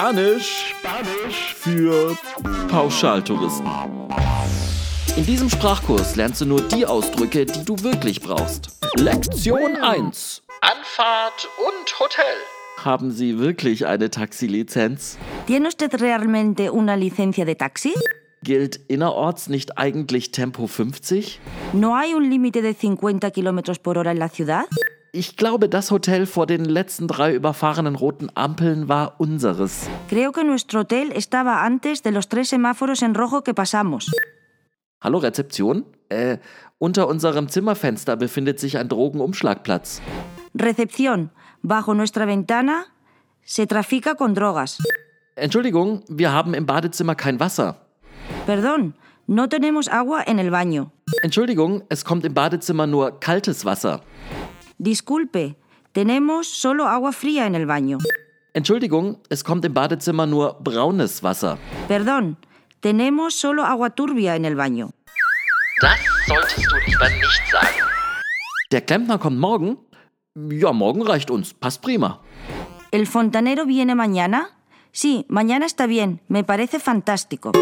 Spanisch, Spanisch für Pauschaltouristen. In diesem Sprachkurs lernst du nur die Ausdrücke, die du wirklich brauchst. Lektion 1. Anfahrt und Hotel. Haben Sie wirklich eine Taxilizenz? ¿Tiene usted realmente una licencia de taxi? Gilt innerorts nicht eigentlich Tempo 50? ¿No hay un límite de 50 kilómetros por hora en la ciudad? Ich glaube, das Hotel vor den letzten drei überfahrenen roten Ampeln war unseres. Creo que nuestro hotel estaba antes de los tres semáforos en rojo que pasamos. Hallo Rezeption? Äh, unter unserem Zimmerfenster befindet sich ein Drogenumschlagplatz. Recepción. Bajo nuestra ventana se trafica con drogas. Entschuldigung, wir haben im Badezimmer kein Wasser. Perdón, no tenemos agua en el baño. Entschuldigung, es kommt im Badezimmer nur kaltes Wasser. Disculpe, tenemos solo agua fría en el baño. Entschuldigung, es kommt im Badezimmer nur braunes Wasser. Perdón, tenemos solo agua turbia en el baño. Das solltest du lieber nicht sagen. Der Klempner kommt morgen? Ja, morgen reicht uns. Passt prima. ¿El fontanero viene mañana? Sí, mañana está bien, me parece fantástico.